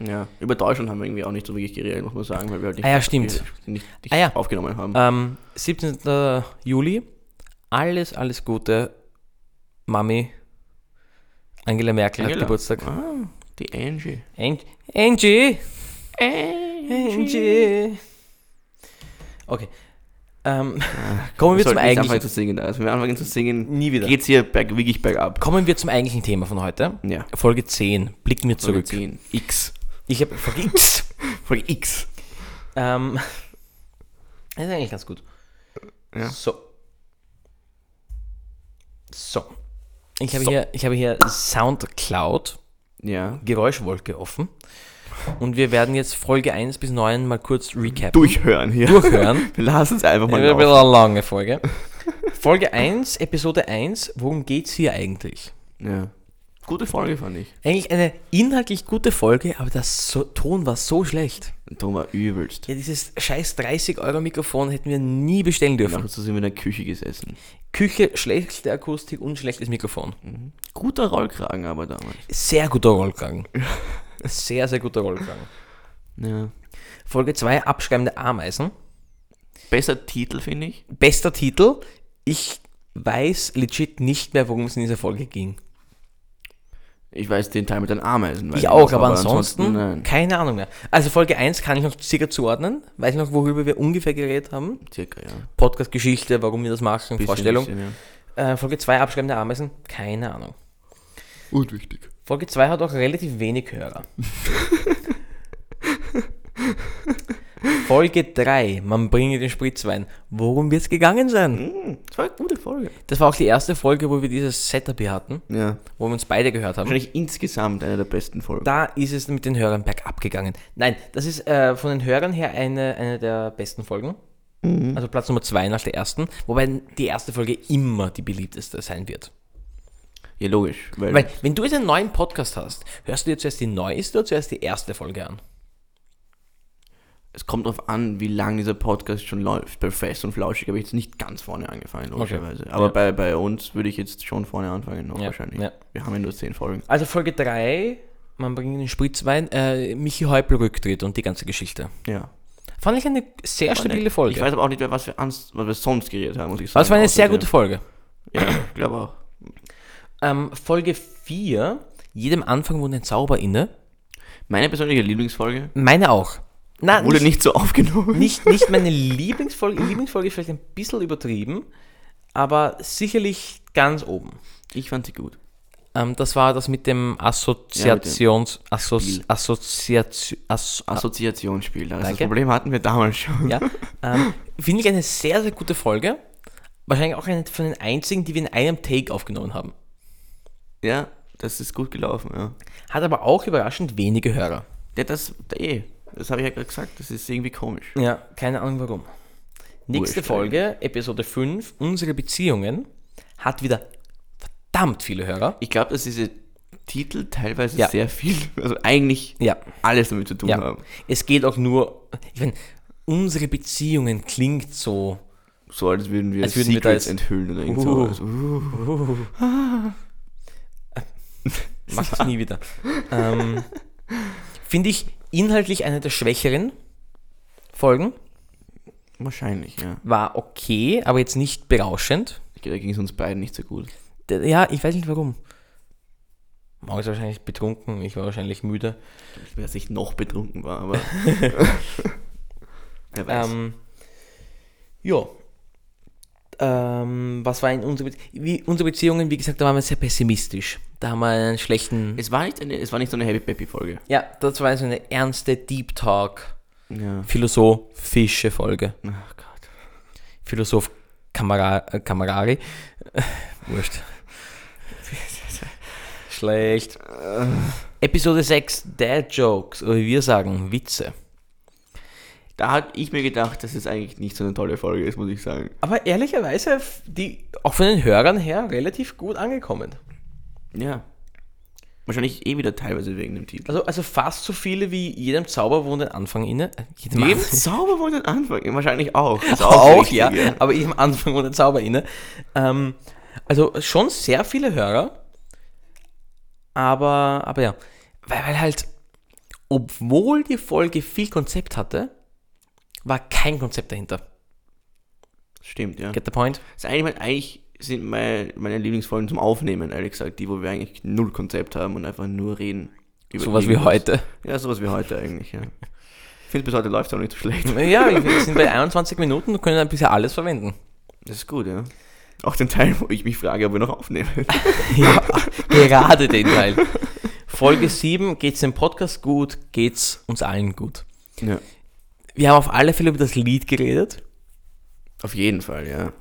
Speaker 2: Ja, über Deutschland haben wir irgendwie auch nicht so wirklich geredet, muss man sagen, weil wir halt nicht,
Speaker 1: Ah ja, stimmt.
Speaker 2: nicht, nicht
Speaker 1: Ah ja.
Speaker 2: aufgenommen haben.
Speaker 1: Ähm, 17. Juli. Alles, alles Gute. Mami. Angela Merkel
Speaker 2: Angela.
Speaker 1: hat Geburtstag.
Speaker 2: Ah, die Angie.
Speaker 1: Ang- Angie!
Speaker 2: Angie.
Speaker 1: Angie! Okay. Ähm, kommen wir zum
Speaker 2: sollten nicht anfangen
Speaker 1: eigentlichen,
Speaker 2: zu singen. Also, wenn wir anfangen zu singen,
Speaker 1: nie wieder.
Speaker 2: geht's hier berg, wirklich bergab.
Speaker 1: kommen wir zum eigentlichen Thema von heute.
Speaker 2: Ja.
Speaker 1: Folge 10. Blicken wir
Speaker 2: Folge
Speaker 1: zurück.
Speaker 2: 10. X.
Speaker 1: Ich habe Folge X.
Speaker 2: Folge X.
Speaker 1: ähm, das ist eigentlich ganz gut.
Speaker 2: Ja.
Speaker 1: So. So. Ich habe,
Speaker 2: So.
Speaker 1: Hier, ich habe hier Soundcloud,
Speaker 2: Ja.
Speaker 1: Geräuschwolke offen. Und wir werden jetzt Folge 1 bis 9 mal kurz recappen.
Speaker 2: Durchhören hier.
Speaker 1: Durchhören.
Speaker 2: Wir lassen es einfach mal
Speaker 1: Ja, wird
Speaker 2: laufen.
Speaker 1: eine lange Folge. Folge 1, Episode 1, worum geht's hier eigentlich?
Speaker 2: Ja. Gute Folge, fand ich.
Speaker 1: Eigentlich eine inhaltlich gute Folge, aber der so Ton war so schlecht.
Speaker 2: Thomas übelst.
Speaker 1: Ja, dieses scheiß 30-Euro-Mikrofon hätten wir nie bestellen dürfen.
Speaker 2: Nachher sind wir in der Küche gesessen.
Speaker 1: Küche, schlechte Akustik und schlechtes Mikrofon.
Speaker 2: Guter Rollkragen aber damals.
Speaker 1: Sehr guter Rollgang. Sehr, sehr guter Rollgang.
Speaker 2: Ja.
Speaker 1: Folge 2, Abschreibende Ameisen.
Speaker 2: Besser Titel, finde ich.
Speaker 1: Bester Titel. Ich weiß legit nicht mehr, worum es in dieser Folge ging.
Speaker 2: Ich weiß den Teil mit den Ameisen. weiß
Speaker 1: Ich auch,
Speaker 2: noch,
Speaker 1: aber, ansonsten,
Speaker 2: nein.
Speaker 1: keine Ahnung mehr. Also Folge 1 kann ich noch circa zuordnen. Weiß noch, worüber wir ungefähr geredet haben.
Speaker 2: Circa, ja.
Speaker 1: Podcast-Geschichte, warum wir das machen,
Speaker 2: Bisschen,
Speaker 1: Vorstellung.
Speaker 2: bisschen, ja.
Speaker 1: Äh, Folge 2, abschreibende Ameisen, keine Ahnung.
Speaker 2: Unwichtig.
Speaker 1: Folge 2 hat auch relativ wenig Hörer. Folge 3, man bringe den Spritzwein. Worum wird es gegangen sein?
Speaker 2: Hm, Das war eine gute Folge.
Speaker 1: Das war auch die erste Folge, wo wir dieses Setup hier hatten,
Speaker 2: Ja.
Speaker 1: wo wir uns beide gehört haben.
Speaker 2: Wahrscheinlich insgesamt eine der besten Folgen.
Speaker 1: Da ist es mit den Hörern bergab gegangen. Nein, das ist äh, von den Hörern her eine, eine der besten Folgen. Also Platz Nummer 2 nach der ersten. Wobei die erste Folge immer die beliebteste sein wird.
Speaker 2: Ja, logisch. Weil,
Speaker 1: Weil, wenn du jetzt einen neuen Podcast hast, hörst du dir zuerst die neueste oder zuerst die erste Folge an?
Speaker 2: es kommt darauf an, wie lange dieser Podcast schon läuft. Bei Fest und Flauschig habe ich jetzt nicht ganz vorne angefangen, logischerweise. Aber
Speaker 1: Ja.
Speaker 2: bei, bei uns würde ich jetzt schon vorne anfangen, noch
Speaker 1: Ja,
Speaker 2: wahrscheinlich.
Speaker 1: ja.
Speaker 2: Wir haben ja nur zehn Folgen.
Speaker 1: Also Folge 3, man bringt den Spritzwein, äh, Michi Häupl Rücktritt und die ganze Geschichte.
Speaker 2: Ja.
Speaker 1: Fand ich eine sehr stabile
Speaker 2: Ich
Speaker 1: Folge.
Speaker 2: weiß aber auch nicht mehr, was wir, ans, was wir sonst geredet haben, muss ich sagen.
Speaker 1: Aber es war eine
Speaker 2: Außer
Speaker 1: sehr
Speaker 2: dem-
Speaker 1: gute Folge.
Speaker 2: Ja, ich glaube auch.
Speaker 1: Ähm, Folge 4, jedem Anfang wohnt ein Zauber inne.
Speaker 2: Meine persönliche Lieblingsfolge
Speaker 1: Meine auch. Na,
Speaker 2: wurde nicht, so aufgenommen.
Speaker 1: Ah, nicht, nicht meine Lieblingsfolge. Lieblingsfolge ist vielleicht ein bisschen übertrieben, aber sicherlich ganz oben.
Speaker 2: Ich fand sie gut.
Speaker 1: Ähm, das war das mit dem Assoziations... Assozi
Speaker 2: Spiel.
Speaker 1: Assoziation... Asso
Speaker 2: Assoziationsspiel. Das, das
Speaker 1: Danke.
Speaker 2: Problem hatten wir damals schon.
Speaker 1: ja. Ähm, Finde ich eine sehr, sehr gute Folge. Wahrscheinlich auch eine von den einzigen, die wir in einem Take aufgenommen haben.
Speaker 2: ja das ist gut gelaufen, ja.
Speaker 1: Hat aber auch überraschend wenige Hörer.
Speaker 2: Ja, das, eh, das habe ich ja gerade gesagt, das ist irgendwie komisch.
Speaker 1: Ja, keine Ahnung warum. Nächste
Speaker 2: Wurscht
Speaker 1: Folge, Episode 5, Unsere Beziehungen, hat wieder verdammt viele Hörer.
Speaker 2: Ich glaube, dass diese Titel teilweise
Speaker 1: Ja.
Speaker 2: sehr viel, also eigentlich
Speaker 1: Ja,
Speaker 2: alles damit zu tun
Speaker 1: Ja.
Speaker 2: haben.
Speaker 1: Es geht auch nur, ich meine, unsere Beziehungen klingt so.
Speaker 2: So als würden wir
Speaker 1: Als würden wir da
Speaker 2: Secrets
Speaker 1: jetzt-
Speaker 2: enthüllen oder irgend
Speaker 1: Uh.
Speaker 2: sowas. Uh.
Speaker 1: Mach das nie wieder. Ähm, Finde ich inhaltlich eine der schwächeren Folgen.
Speaker 2: Wahrscheinlich, ja.
Speaker 1: War okay, aber jetzt nicht berauschend.
Speaker 2: Ich glaube, da ging es uns beiden nicht so gut.
Speaker 1: D- Ja, ich weiß nicht warum. Morgens wahrscheinlich betrunken, ich war wahrscheinlich müde.
Speaker 2: Ich weiß nicht, noch betrunken war, aber. Wer weiß.
Speaker 1: Ähm, ja. Ähm, was war in unsere, Be wie, unsere Beziehungen? Wie gesagt, da waren wir sehr pessimistisch. Da haben wir einen schlechten.
Speaker 2: es, war nicht eine, es war nicht so eine Happy Peppy Folge.
Speaker 1: Ja, das war so eine ernste Deep Talk.
Speaker 2: Ja.
Speaker 1: Philosophische Folge.
Speaker 2: Ach Gott.
Speaker 1: Philosoph Kamara äh, Kamarari. Wurscht. Schlecht. Episode 6, Dad Jokes. Oder wie wir sagen, Witze.
Speaker 2: Da hat ich mir gedacht, dass es eigentlich nicht so eine tolle Folge ist, muss ich sagen.
Speaker 1: Aber ehrlicherweise, f- die auch von den Hörern her relativ gut angekommen.
Speaker 2: Ja. Wahrscheinlich eh wieder teilweise wegen dem Titel.
Speaker 1: Also, also fast so viele wie jedem Zauberwund den Anfang inne. äh, Jedem,
Speaker 2: Jedem
Speaker 1: Anfang-
Speaker 2: Zauber wohl den Anfang. Wahrscheinlich auch. Ist
Speaker 1: auch,
Speaker 2: richtig,
Speaker 1: ja, aber jedem Anfang und den Zauber inne. Ähm, also schon sehr viele Hörer, aber, aber ja, weil, weil halt, obwohl die Folge viel Konzept hatte, war kein Konzept dahinter.
Speaker 2: Stimmt, ja.
Speaker 1: Get the point?
Speaker 2: Das ist eigentlich, mein- eigentlich sind meine, meine Lieblingsfolgen zum Aufnehmen, ehrlich gesagt, die, wo wir eigentlich null Konzept haben und einfach nur reden. Über
Speaker 1: Sowas wie
Speaker 2: irgendwas.
Speaker 1: heute.
Speaker 2: Ja, sowas wie heute eigentlich, ja. Ich finde, bis heute läuft es auch nicht so schlecht.
Speaker 1: Ja, wir sind bei 21 Minuten und können ein bisschen alles verwenden.
Speaker 2: Das ist gut, ja. Auch den Teil, wo ich mich frage, ob wir noch aufnehmen.
Speaker 1: Ja, gerade den Teil. Folge 7, geht's dem Podcast gut, geht's uns allen gut.
Speaker 2: Ja.
Speaker 1: Wir haben auf alle Fälle über das Lied geredet,
Speaker 2: Auf jeden Fall, ja.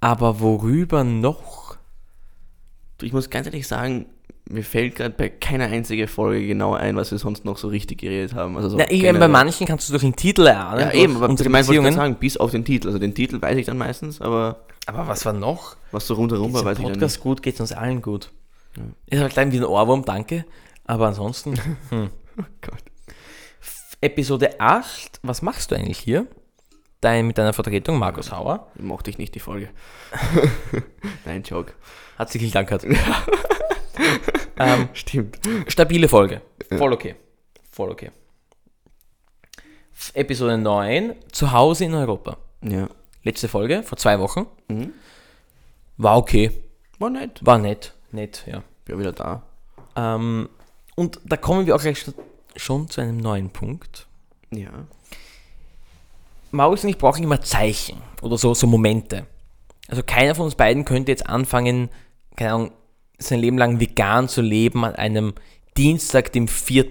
Speaker 1: aber worüber noch?
Speaker 2: Du, ich muss ganz ehrlich sagen, mir fällt gerade bei keiner einzigen Folge genau ein, was wir sonst noch so richtig geredet haben. Also so
Speaker 1: Na, ich, äh,
Speaker 2: generell.
Speaker 1: bei manchen kannst du durch den Titel erahnen.
Speaker 2: Ja, eben, aber
Speaker 1: unsere
Speaker 2: ich meine, wollte ich grad
Speaker 1: Beziehungen.
Speaker 2: sagen, bis auf den Titel. Also den Titel weiß ich dann meistens, aber
Speaker 1: Aber was war noch?
Speaker 2: was so rundherum war,
Speaker 1: Ist
Speaker 2: weiß
Speaker 1: dem
Speaker 2: ich dann nicht.
Speaker 1: Podcast gut, geht's uns allen gut. Ist halt klein wie ein Ohrwurm, danke. Aber ansonsten,
Speaker 2: Gott.
Speaker 1: Episode 8, was machst du eigentlich hier? Dein, mit deiner Vertretung, Markus Hauer,
Speaker 2: Mochte ich nicht die Folge. Nein, Joke.
Speaker 1: hat sich gedankert. ähm,
Speaker 2: Stimmt.
Speaker 1: Stabile Folge. Voll okay. Voll okay. F- Episode 9, Zuhause in Europa.
Speaker 2: Ja.
Speaker 1: Letzte Folge, vor zwei Wochen.
Speaker 2: Mhm.
Speaker 1: War okay.
Speaker 2: War nett.
Speaker 1: War nett. Nett, ja.
Speaker 2: Bin wieder da.
Speaker 1: Ähm, und da kommen wir auch gleich schon- schon zu einem neuen Punkt.
Speaker 2: Ja.
Speaker 1: Maurice und ich brauchen immer Zeichen oder so, so Momente. Also keiner von uns beiden könnte jetzt anfangen, keine Ahnung, sein Leben lang vegan zu leben an einem Dienstag, dem 4.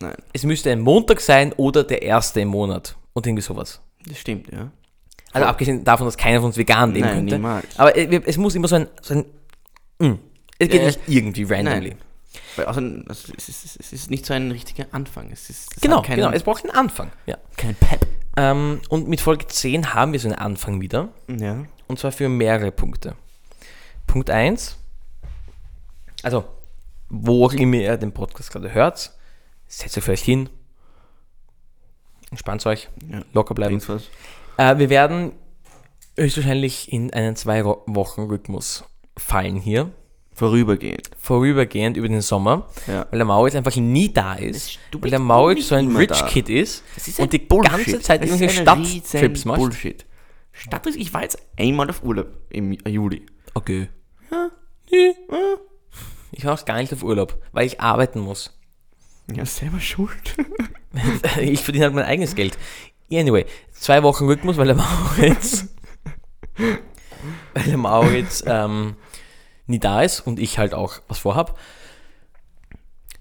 Speaker 2: Nein,
Speaker 1: Es müsste ein Montag sein oder der erste im Monat. Und irgendwie sowas.
Speaker 2: das stimmt, ja.
Speaker 1: Also abgesehen davon, dass keiner von uns vegan leben
Speaker 2: Nein,
Speaker 1: könnte.
Speaker 2: niemals.
Speaker 1: Aber äh, wir- es muss immer so ein. So ein mm. Es geht
Speaker 2: Äh,
Speaker 1: nicht irgendwie randomly.
Speaker 2: nein. Weil außerdem, also, es, ist, es ist nicht so ein richtiger Anfang. Es ist es
Speaker 1: Genau,
Speaker 2: hat keinen,
Speaker 1: genau. Es braucht einen Anfang. Ja.
Speaker 2: kein Pep.
Speaker 1: Ähm, und mit Folge 10 haben wir so einen Anfang wieder.
Speaker 2: Ja.
Speaker 1: Und zwar für mehrere Punkte. Punkt 1. Also, wo auch immer ihr den Podcast gerade hört, setzt euch vielleicht hin. Entspannt euch.
Speaker 2: Ja.
Speaker 1: Locker bleiben.
Speaker 2: Bringt's was?
Speaker 1: Äh, wir werden höchstwahrscheinlich in einen Zwei-Wochen-Rhythmus fallen hier.
Speaker 2: Vorübergehend.
Speaker 1: Vorübergehend über den Sommer.
Speaker 2: Ja.
Speaker 1: Weil der Maurits einfach nie da ist.
Speaker 2: Es- du
Speaker 1: Weil
Speaker 2: bist
Speaker 1: der Maurits
Speaker 2: nicht
Speaker 1: so ein
Speaker 2: immer
Speaker 1: Rich
Speaker 2: da.
Speaker 1: Kid ist.
Speaker 2: Das ist
Speaker 1: und die ganze Zeit
Speaker 2: Das ist
Speaker 1: irgendwelche
Speaker 2: ein
Speaker 1: Stadttrips
Speaker 2: riesen
Speaker 1: macht.
Speaker 2: Bullshit. Stadt ich war jetzt einmal auf Urlaub im Juli.
Speaker 1: Okay. Ja. Ich war auch gar nicht auf Urlaub, weil ich arbeiten muss.
Speaker 2: Ja, selber schuld.
Speaker 1: Ich verdiene halt mein eigenes Geld. Anyway, zwei Wochen Rhythmus, weil der Maurits, weil der Maurits ähm, nie da ist und ich halt auch was vorhab.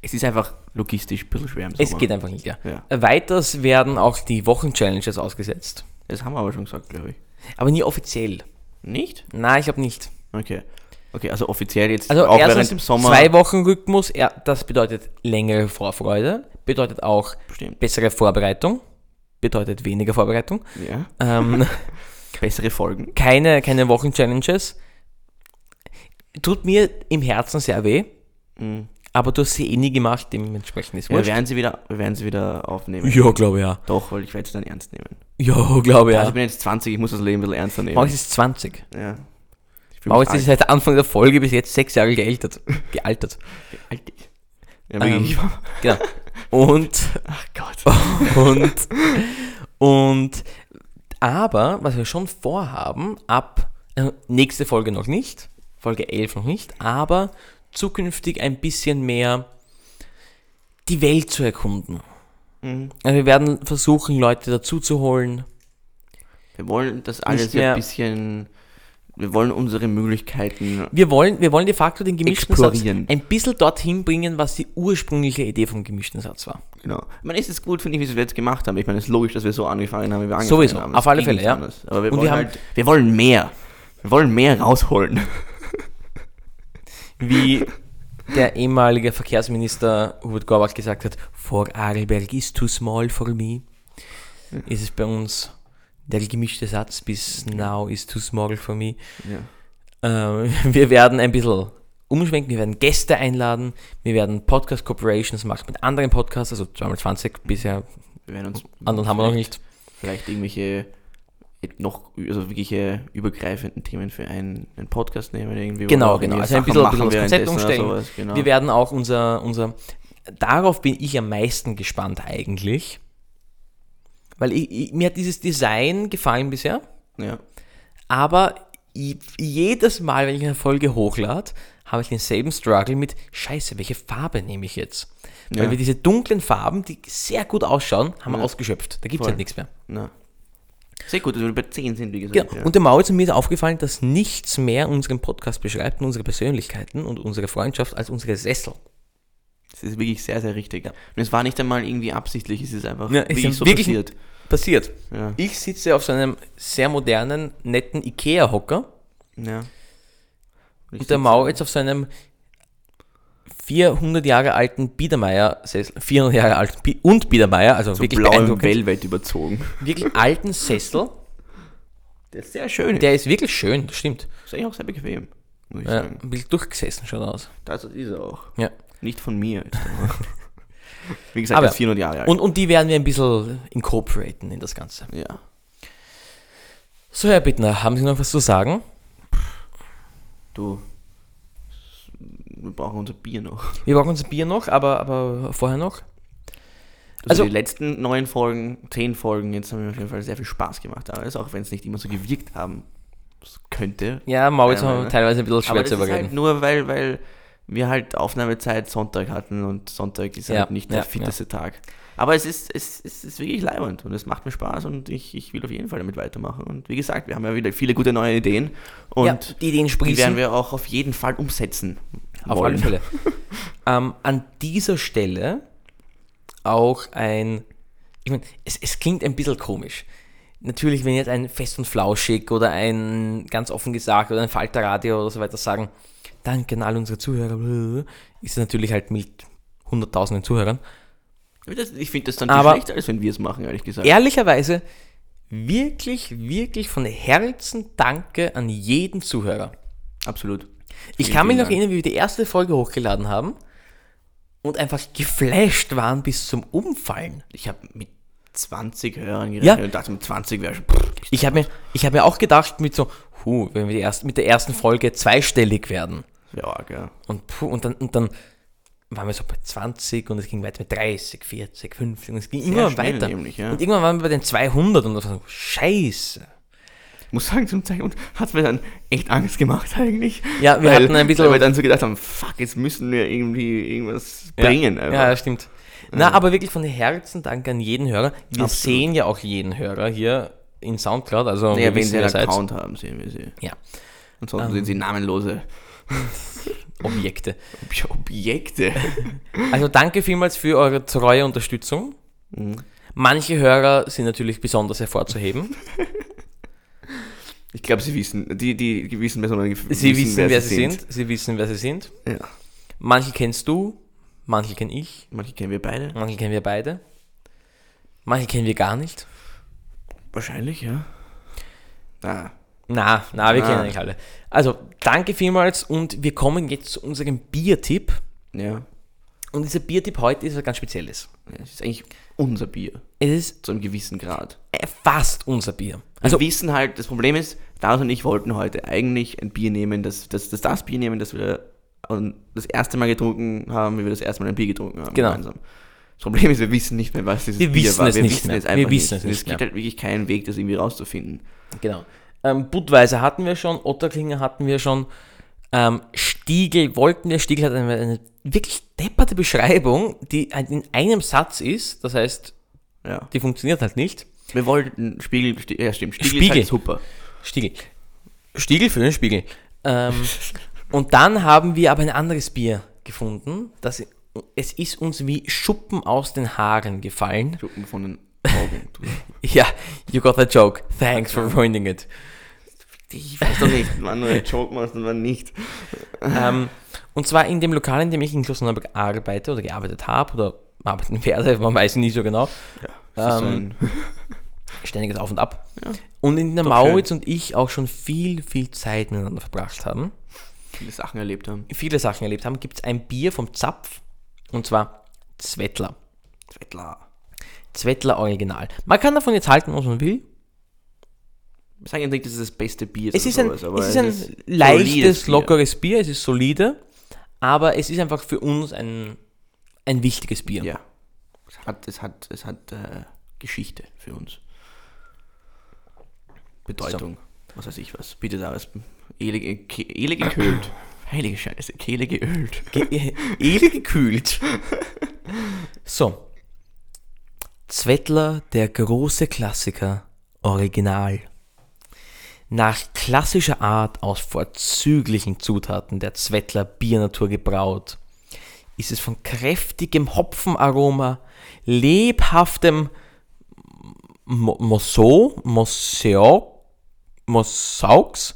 Speaker 2: Es ist einfach logistisch ein bisschen schwer im
Speaker 1: Es
Speaker 2: Sommer.
Speaker 1: geht einfach nicht, ja.
Speaker 2: Ja.
Speaker 1: Weiters werden auch die Wochenchallenges ausgesetzt.
Speaker 2: Das haben wir aber schon gesagt, glaube ich.
Speaker 1: Aber nie offiziell.
Speaker 2: Nicht?
Speaker 1: Nein, ich habe nicht.
Speaker 2: Okay. Okay, also offiziell jetzt
Speaker 1: Also
Speaker 2: auch
Speaker 1: erstens
Speaker 2: während dem Sommer.
Speaker 1: zwei Wochen Rhythmus, er, das bedeutet längere Vorfreude, bedeutet auch
Speaker 2: Bestimmt.
Speaker 1: bessere Vorbereitung, bedeutet weniger Vorbereitung,
Speaker 2: Ja.
Speaker 1: ähm,
Speaker 2: Bessere Folgen.
Speaker 1: keine, keine Wochenchallenges. Tut mir im Herzen sehr weh,
Speaker 2: Mhm.
Speaker 1: aber du hast sie eh nie gemacht, dementsprechend ist
Speaker 2: Ja, wir
Speaker 1: wurscht.
Speaker 2: werden sie wieder, wir werden sie wieder aufnehmen.
Speaker 1: Ja, glaube ja.
Speaker 2: Doch, weil ich werde sie dann ernst nehmen.
Speaker 1: Jo, glaube
Speaker 2: Ja.
Speaker 1: ja.
Speaker 2: Also ich bin jetzt 20, ich muss das Leben ein bisschen ernster nehmen.
Speaker 1: Maurice ist 20.
Speaker 2: ja. Ich bin
Speaker 1: Maurice
Speaker 2: alt.
Speaker 1: ist seit Anfang der Folge bis jetzt sechs Jahre gealtert. gealtert.
Speaker 2: Alt. Ja,
Speaker 1: Ähm.
Speaker 2: wirklich.
Speaker 1: Und,
Speaker 2: Ach Gott.
Speaker 1: und, und, aber, was wir schon vorhaben, ab, also nächste Folge noch nicht, Folge 11 noch nicht, aber zukünftig ein bisschen mehr die Welt zu erkunden.
Speaker 2: Mhm.
Speaker 1: Also wir werden versuchen, Leute dazu zu holen.
Speaker 2: Wir wollen das alles
Speaker 1: Nicht
Speaker 2: ja
Speaker 1: mehr-
Speaker 2: ein bisschen. Wir wollen unsere Möglichkeiten.
Speaker 1: Wir wollen, wir wollen de facto den gemischten Satz
Speaker 2: Explorieren.
Speaker 1: ein bisschen dorthin bringen, was die ursprüngliche Idee vom gemischten Satz war.
Speaker 2: Genau. Ich meine, es ist gut, finde ich, wie wir es jetzt gemacht haben. Ich meine, es ist logisch, dass wir so angefangen haben, wie wir angefangen
Speaker 1: Sowieso,
Speaker 2: haben.
Speaker 1: auf
Speaker 2: Es
Speaker 1: alle
Speaker 2: ging
Speaker 1: Fälle,
Speaker 2: nicht
Speaker 1: ja.
Speaker 2: anders. Aber wir
Speaker 1: Und wir
Speaker 2: wollen
Speaker 1: haben-
Speaker 2: halt, wir wollen mehr. Wir wollen mehr rausholen.
Speaker 1: Wie der ehemalige Verkehrsminister Hubert Gorbach gesagt hat, Vorarlberg ist too small for me. Ist es bei uns der gemischte Satz bis now is too small for me.
Speaker 2: Ja.
Speaker 1: Ähm, wir werden ein bisschen umschwenken, wir werden Gäste einladen, wir werden Podcast Corporations machen mit anderen Podcasts, also 220 bisher,
Speaker 2: Wir werden uns
Speaker 1: anderen haben wir noch nicht.
Speaker 2: vielleicht irgendwelche noch also wirkliche übergreifenden Themen für einen, einen Podcast nehmen irgendwie. wo
Speaker 1: Genau,
Speaker 2: wir auch
Speaker 1: genau.
Speaker 2: irgendwie
Speaker 1: Also ein
Speaker 2: Sachen
Speaker 1: bisschen-
Speaker 2: machen
Speaker 1: bisschen das Konzept
Speaker 2: währenddessen
Speaker 1: umstellen.
Speaker 2: oder sowas, Genau.
Speaker 1: Wir werden auch unser, unser. Darauf bin ich am meisten gespannt eigentlich. Weil ich, ich, mir hat dieses Design gefallen bisher,
Speaker 2: ja.
Speaker 1: aber i- jedes Mal, wenn ich eine Folge hochlade, habe ich denselben Struggle mit Scheiße, welche Farbe nehme ich jetzt? Weil
Speaker 2: Ja.
Speaker 1: wir diese dunklen Farben, die sehr gut ausschauen, haben wir
Speaker 2: Ja.
Speaker 1: ausgeschöpft. Da gibt es
Speaker 2: Voll.
Speaker 1: halt nichts mehr.
Speaker 2: Na. Sehr gut, dass wir bei 10 sind, wie gesagt.
Speaker 1: Genau.
Speaker 2: Ja.
Speaker 1: Und der Maurice und mir ist aufgefallen, dass nichts mehr unseren Podcast beschreibt und unsere Persönlichkeiten und unsere Freundschaft als unsere Sessel.
Speaker 2: das ist wirklich sehr, sehr richtig. Und es war nicht einmal irgendwie absichtlich, es ist einfach
Speaker 1: Ja, es
Speaker 2: wirklich
Speaker 1: ist
Speaker 2: so
Speaker 1: wirklich-
Speaker 2: passiert.
Speaker 1: Passiert.
Speaker 2: Ja.
Speaker 1: Ich sitze auf so einem sehr modernen, netten Ikea-Hocker
Speaker 2: ja. Ich
Speaker 1: und der
Speaker 2: sitz-
Speaker 1: Mauritz auf seinem 400 Jahre alten Biedermeier-Sessel, 400 Jahre alt Bi und Biedermeier, also
Speaker 2: so
Speaker 1: wirklich
Speaker 2: blauem
Speaker 1: beeindruckend,
Speaker 2: Velvet überzogen.
Speaker 1: wirklich alten Sessel.
Speaker 2: Der ist sehr schön. Der
Speaker 1: Der ist wirklich schön, das stimmt.
Speaker 2: ist eigentlich auch sehr bequem, muss ich
Speaker 1: Ja,
Speaker 2: sagen.
Speaker 1: ein bisschen durchgesessen schon aus.
Speaker 2: Das ist er auch.
Speaker 1: Ja.
Speaker 2: Nicht von mir. Ist er. wie gesagt,
Speaker 1: Aber-
Speaker 2: er ist 400 Jahre alt.
Speaker 1: Und, und die werden wir ein bisschen incorporaten in das Ganze.
Speaker 2: ja.
Speaker 1: So, Herr Bittner, haben Sie noch was zu sagen?
Speaker 2: Du, wir brauchen unser Bier noch.
Speaker 1: Wir brauchen unser Bier noch, aber, aber vorher noch.
Speaker 2: Also,
Speaker 1: Also-
Speaker 2: die letzten neun Folgen, zehn Folgen, jetzt haben wir auf jeden Fall sehr viel Spaß gemacht. Alles, auch wenn es nicht immer so gewirkt haben könnte.
Speaker 1: Ja, Mauriz
Speaker 2: Ja,
Speaker 1: haben
Speaker 2: ja.
Speaker 1: wir teilweise ein bisschen schwer
Speaker 2: Aber das
Speaker 1: zu
Speaker 2: ist
Speaker 1: überreden.
Speaker 2: halt nur, weil, weil wir halt Aufnahmezeit Sonntag hatten und Sonntag ist
Speaker 1: Ja,
Speaker 2: halt nicht der
Speaker 1: ja,
Speaker 2: fitteste Tag. Aber es ist, es, es ist wirklich leibend und es macht mir Spaß und ich, ich will auf jeden Fall damit weitermachen. Und wie gesagt, wir haben ja wieder viele gute neue Ideen und
Speaker 1: ja, die Ideen
Speaker 2: die
Speaker 1: sprießen.
Speaker 2: werden wir auch auf jeden Fall umsetzen.
Speaker 1: Auf
Speaker 2: wollen.
Speaker 1: alle Fälle. ähm, an dieser Stelle auch ein, ich meine, es, es klingt ein bisschen komisch. Natürlich, wenn jetzt ein Fest und Flauschig oder ein ganz offen gesagt oder ein Falterradio oder so weiter sagen, danke an all unsere Zuhörer, blablabla, ist es natürlich halt mit hunderttausenden Zuhörern.
Speaker 2: Das- Ich finde das dann
Speaker 1: Aber-
Speaker 2: viel schlechter, als wenn wir es machen, ehrlich gesagt.
Speaker 1: Ehrlicherweise, wirklich, wirklich von Herzen danke an jeden Zuhörer.
Speaker 2: Absolut.
Speaker 1: Ich
Speaker 2: Vielen,
Speaker 1: kann mich
Speaker 2: vielen
Speaker 1: noch
Speaker 2: Dank.
Speaker 1: erinnern, wie wir die erste Folge hochgeladen haben und einfach geflasht waren bis zum Umfallen.
Speaker 2: Ich habe mit 20 Hörern gerechnet
Speaker 1: Ja.
Speaker 2: und dachte, mit 20 wäre schon. Pff,
Speaker 1: Ich habe mir, ich hab mir auch gedacht, mit so, huh, wenn wir die erst, mit der ersten Folge zweistellig werden.
Speaker 2: wär arg, ja.
Speaker 1: Und, puh, und, dann, und dann waren wir so bei 20 und es ging weiter mit 30, 40, 50 und es ging immer
Speaker 2: schnell
Speaker 1: weiter.
Speaker 2: nämlich, ja.
Speaker 1: Und irgendwann waren wir bei den 200 und das war so, scheiße.
Speaker 2: Ich muss sagen, zum Zeitpunkt hat mir dann echt Angst gemacht, eigentlich.
Speaker 1: Ja, wir hatten ein bisschen-
Speaker 2: Weil wir dann so gedacht haben, fuck, jetzt müssen wir irgendwie irgendwas bringen. also.
Speaker 1: Ja,
Speaker 2: einfach.
Speaker 1: ja stimmt. Na, aber wirklich von Herzen danke an jeden Hörer. Wir
Speaker 2: Absolut.
Speaker 1: sehen ja auch jeden Hörer hier in Soundcloud. Also
Speaker 2: Naja, wenn
Speaker 1: wissen,
Speaker 2: sie
Speaker 1: wer
Speaker 2: einen
Speaker 1: seid.
Speaker 2: Account haben, sehen wir sie.
Speaker 1: Ja, Ähm.
Speaker 2: Ansonsten sind sie namenlose
Speaker 1: Objekte.
Speaker 2: Ob- Objekte.
Speaker 1: Also danke vielmals für eure treue Unterstützung. Mhm. Manche Hörer sind natürlich besonders hervorzuheben.
Speaker 2: Ich glaube, sie wissen, die, die gewissen Personen gef-
Speaker 1: Sie wissen, wer, sie sind. Sie wissen, wer sie sind.
Speaker 2: Ja.
Speaker 1: Manche kennst du, manche kenn ich,
Speaker 2: Manche kennen wir beide.
Speaker 1: manche kennen wir beide. Manche kennen wir gar nicht.
Speaker 2: Wahrscheinlich, ja. Ah,
Speaker 1: Na, na, wir
Speaker 2: Ah.
Speaker 1: kennen nicht alle. Also danke vielmals und wir kommen jetzt zu unserem Biertipp.
Speaker 2: ja.
Speaker 1: Und dieser Biertipp heute ist was ganz Spezielles.
Speaker 2: Ja, Es ist eigentlich unser Bier,
Speaker 1: Es ist
Speaker 2: zu einem gewissen Grad.
Speaker 1: äh, fast unser Bier.
Speaker 2: Also
Speaker 1: Also,
Speaker 2: wir wissen halt, das Problem ist, Darius und ich wollten heute eigentlich ein Bier nehmen, das das, das, das Bier nehmen, das wir ähm, das erste Mal getrunken haben, wie wir das erste Mal ein Bier getrunken haben.
Speaker 1: Genau.
Speaker 2: Gemeinsam. Das Problem ist, wir wissen nicht mehr, was dieses
Speaker 1: Wir
Speaker 2: Bier
Speaker 1: wissen
Speaker 2: war.
Speaker 1: es
Speaker 2: wir
Speaker 1: nicht
Speaker 2: wissen
Speaker 1: mehr.
Speaker 2: es einfach
Speaker 1: Wir wissen
Speaker 2: nicht.
Speaker 1: es
Speaker 2: Und
Speaker 1: nicht
Speaker 2: es gibt
Speaker 1: mehr.
Speaker 2: halt wirklich keinen Weg, das irgendwie rauszufinden.
Speaker 1: genau. Ähm, Budweiser hatten wir schon, Otterklinger hatten wir schon, ähm, Stiegel wollten wir. Stiegel hat eine, eine wirklich depperte Beschreibung, die halt in einem Satz ist. Das heißt,
Speaker 2: Ja.
Speaker 1: die funktioniert halt nicht.
Speaker 2: Wir wollten Spiegel, Sti- ja stimmt, Spiegel, ist
Speaker 1: Spiegel.
Speaker 2: halt super.
Speaker 1: Stiegel. Stiegel für den Spiegel. Ähm, und dann haben wir aber ein anderes Bier gefunden. Das, es ist uns wie Schuppen aus den Haaren gefallen.
Speaker 2: Schuppen von den Augen. Du-
Speaker 1: Ja, you got the joke. Thanks for ruining it.
Speaker 2: ich weiß doch nicht, wann du einen Joke machst und wann nicht.
Speaker 1: Ähm, und zwar in dem Lokal, in dem ich in Klosterneuburg arbeite oder gearbeitet habe oder arbeiten werde, man weiß nie so genau.
Speaker 2: Das ist so
Speaker 1: Ähm,
Speaker 2: ein-
Speaker 1: ständiges Auf und Ab.
Speaker 2: Ja.
Speaker 1: Und in der
Speaker 2: Doch
Speaker 1: Mauritz und ich auch schon viel, viel Zeit miteinander verbracht haben.
Speaker 2: viele Sachen erlebt haben.
Speaker 1: viele Sachen erlebt haben, gibt es ein Bier vom Zapf und zwar Zwettler.
Speaker 2: Zwettler.
Speaker 1: Zwettler Original. Man kann davon jetzt halten, was man will.
Speaker 2: Ich sage nicht, das ist das beste Bier.
Speaker 1: Es
Speaker 2: oder
Speaker 1: ist ein,
Speaker 2: Also sowas, aber
Speaker 1: es ist ein
Speaker 2: solides
Speaker 1: leichtes,
Speaker 2: Bier.
Speaker 1: lockeres Bier, es ist solide, aber es ist einfach für uns ein, ein wichtiges Bier.
Speaker 2: Ja. Es hat, es hat, es hat äh, Geschichte für uns. Bedeutung. Was weiß ich was. Bitte da was. Ehle, ge- ke- Ehle gekühlt. Heilige Scheiße. Kehle geölt.
Speaker 1: Ge- Edel gekühlt. So. Zwettler, der große Klassiker, Original. Nach klassischer Art aus vorzüglichen Zutaten der Zwettler Biernatur gebraut, ist es von kräftigem Hopfenaroma, lebhaftem Mo- Mosso, Mosseo, Mossaux,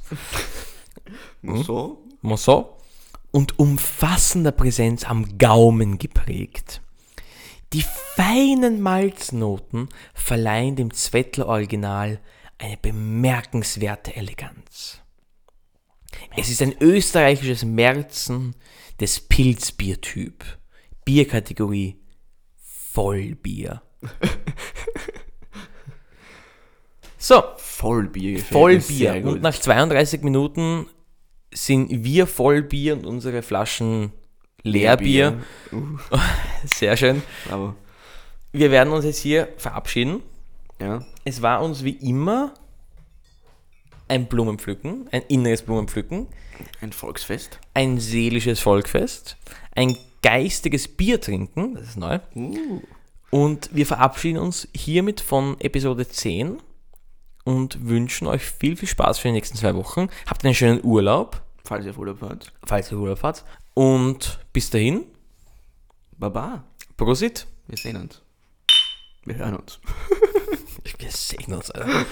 Speaker 2: Hm? So?
Speaker 1: Mosso und umfassender Präsenz am Gaumen geprägt. Die feinen Malznoten verleihen dem Zwettler Original eine bemerkenswerte Eleganz. Es ist ein österreichisches Märzen des Pilzbiertyp. Bierkategorie Vollbier. so,
Speaker 2: Vollbier. gefällt mir sehr
Speaker 1: Vollbier.
Speaker 2: gut.
Speaker 1: Und nach 32 Minuten sind wir Vollbier und unsere Flaschen Leerbier. Sehr schön.
Speaker 2: Aber,
Speaker 1: Wir werden uns jetzt hier verabschieden.
Speaker 2: ja.
Speaker 1: Es war uns wie immer ein Blumenpflücken, ein inneres Blumenpflücken,
Speaker 2: Ein Volksfest.
Speaker 1: ein seelisches Volkfest, ein geistiges Bier trinken, das ist neu.
Speaker 2: Uh,
Speaker 1: Und wir verabschieden uns hiermit von Episode 10 und wünschen euch viel, viel Spaß für die nächsten zwei Wochen. Habt einen schönen Urlaub.
Speaker 2: Falls ihr auf Urlaub fahrt.
Speaker 1: falls ihr Urlaub habt. Und bis dahin,
Speaker 2: Baba.
Speaker 1: Prosit.
Speaker 2: Wir sehen uns. Wir hören uns.
Speaker 1: Wir sehen uns, Alter.